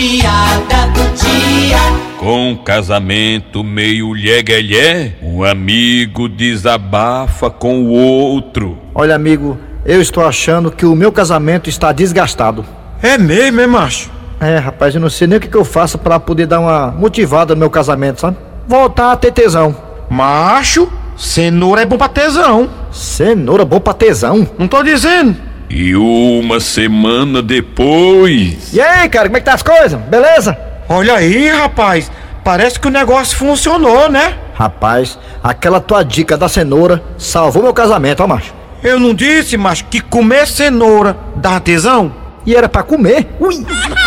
piada do dia. Com um casamento meio lheguelhé, um amigo desabafa com o outro. Olha, amigo, eu estou achando que o meu casamento está desgastado. É mesmo, é macho? É, rapaz, eu não sei nem o que, que eu faço para poder dar uma motivada no meu casamento, sabe? Voltar a ter tesão. Macho, cenoura é bom pra tesão. Cenoura boa pra tesão. Não tô dizendo. E uma semana depois. E aí, cara, como é que tá as coisas? Beleza? Olha aí, rapaz. Parece que o negócio funcionou, né? Rapaz, aquela tua dica da cenoura salvou meu casamento, ó, macho. Eu não disse, macho, que comer cenoura dá tesão? E era pra comer. Ui!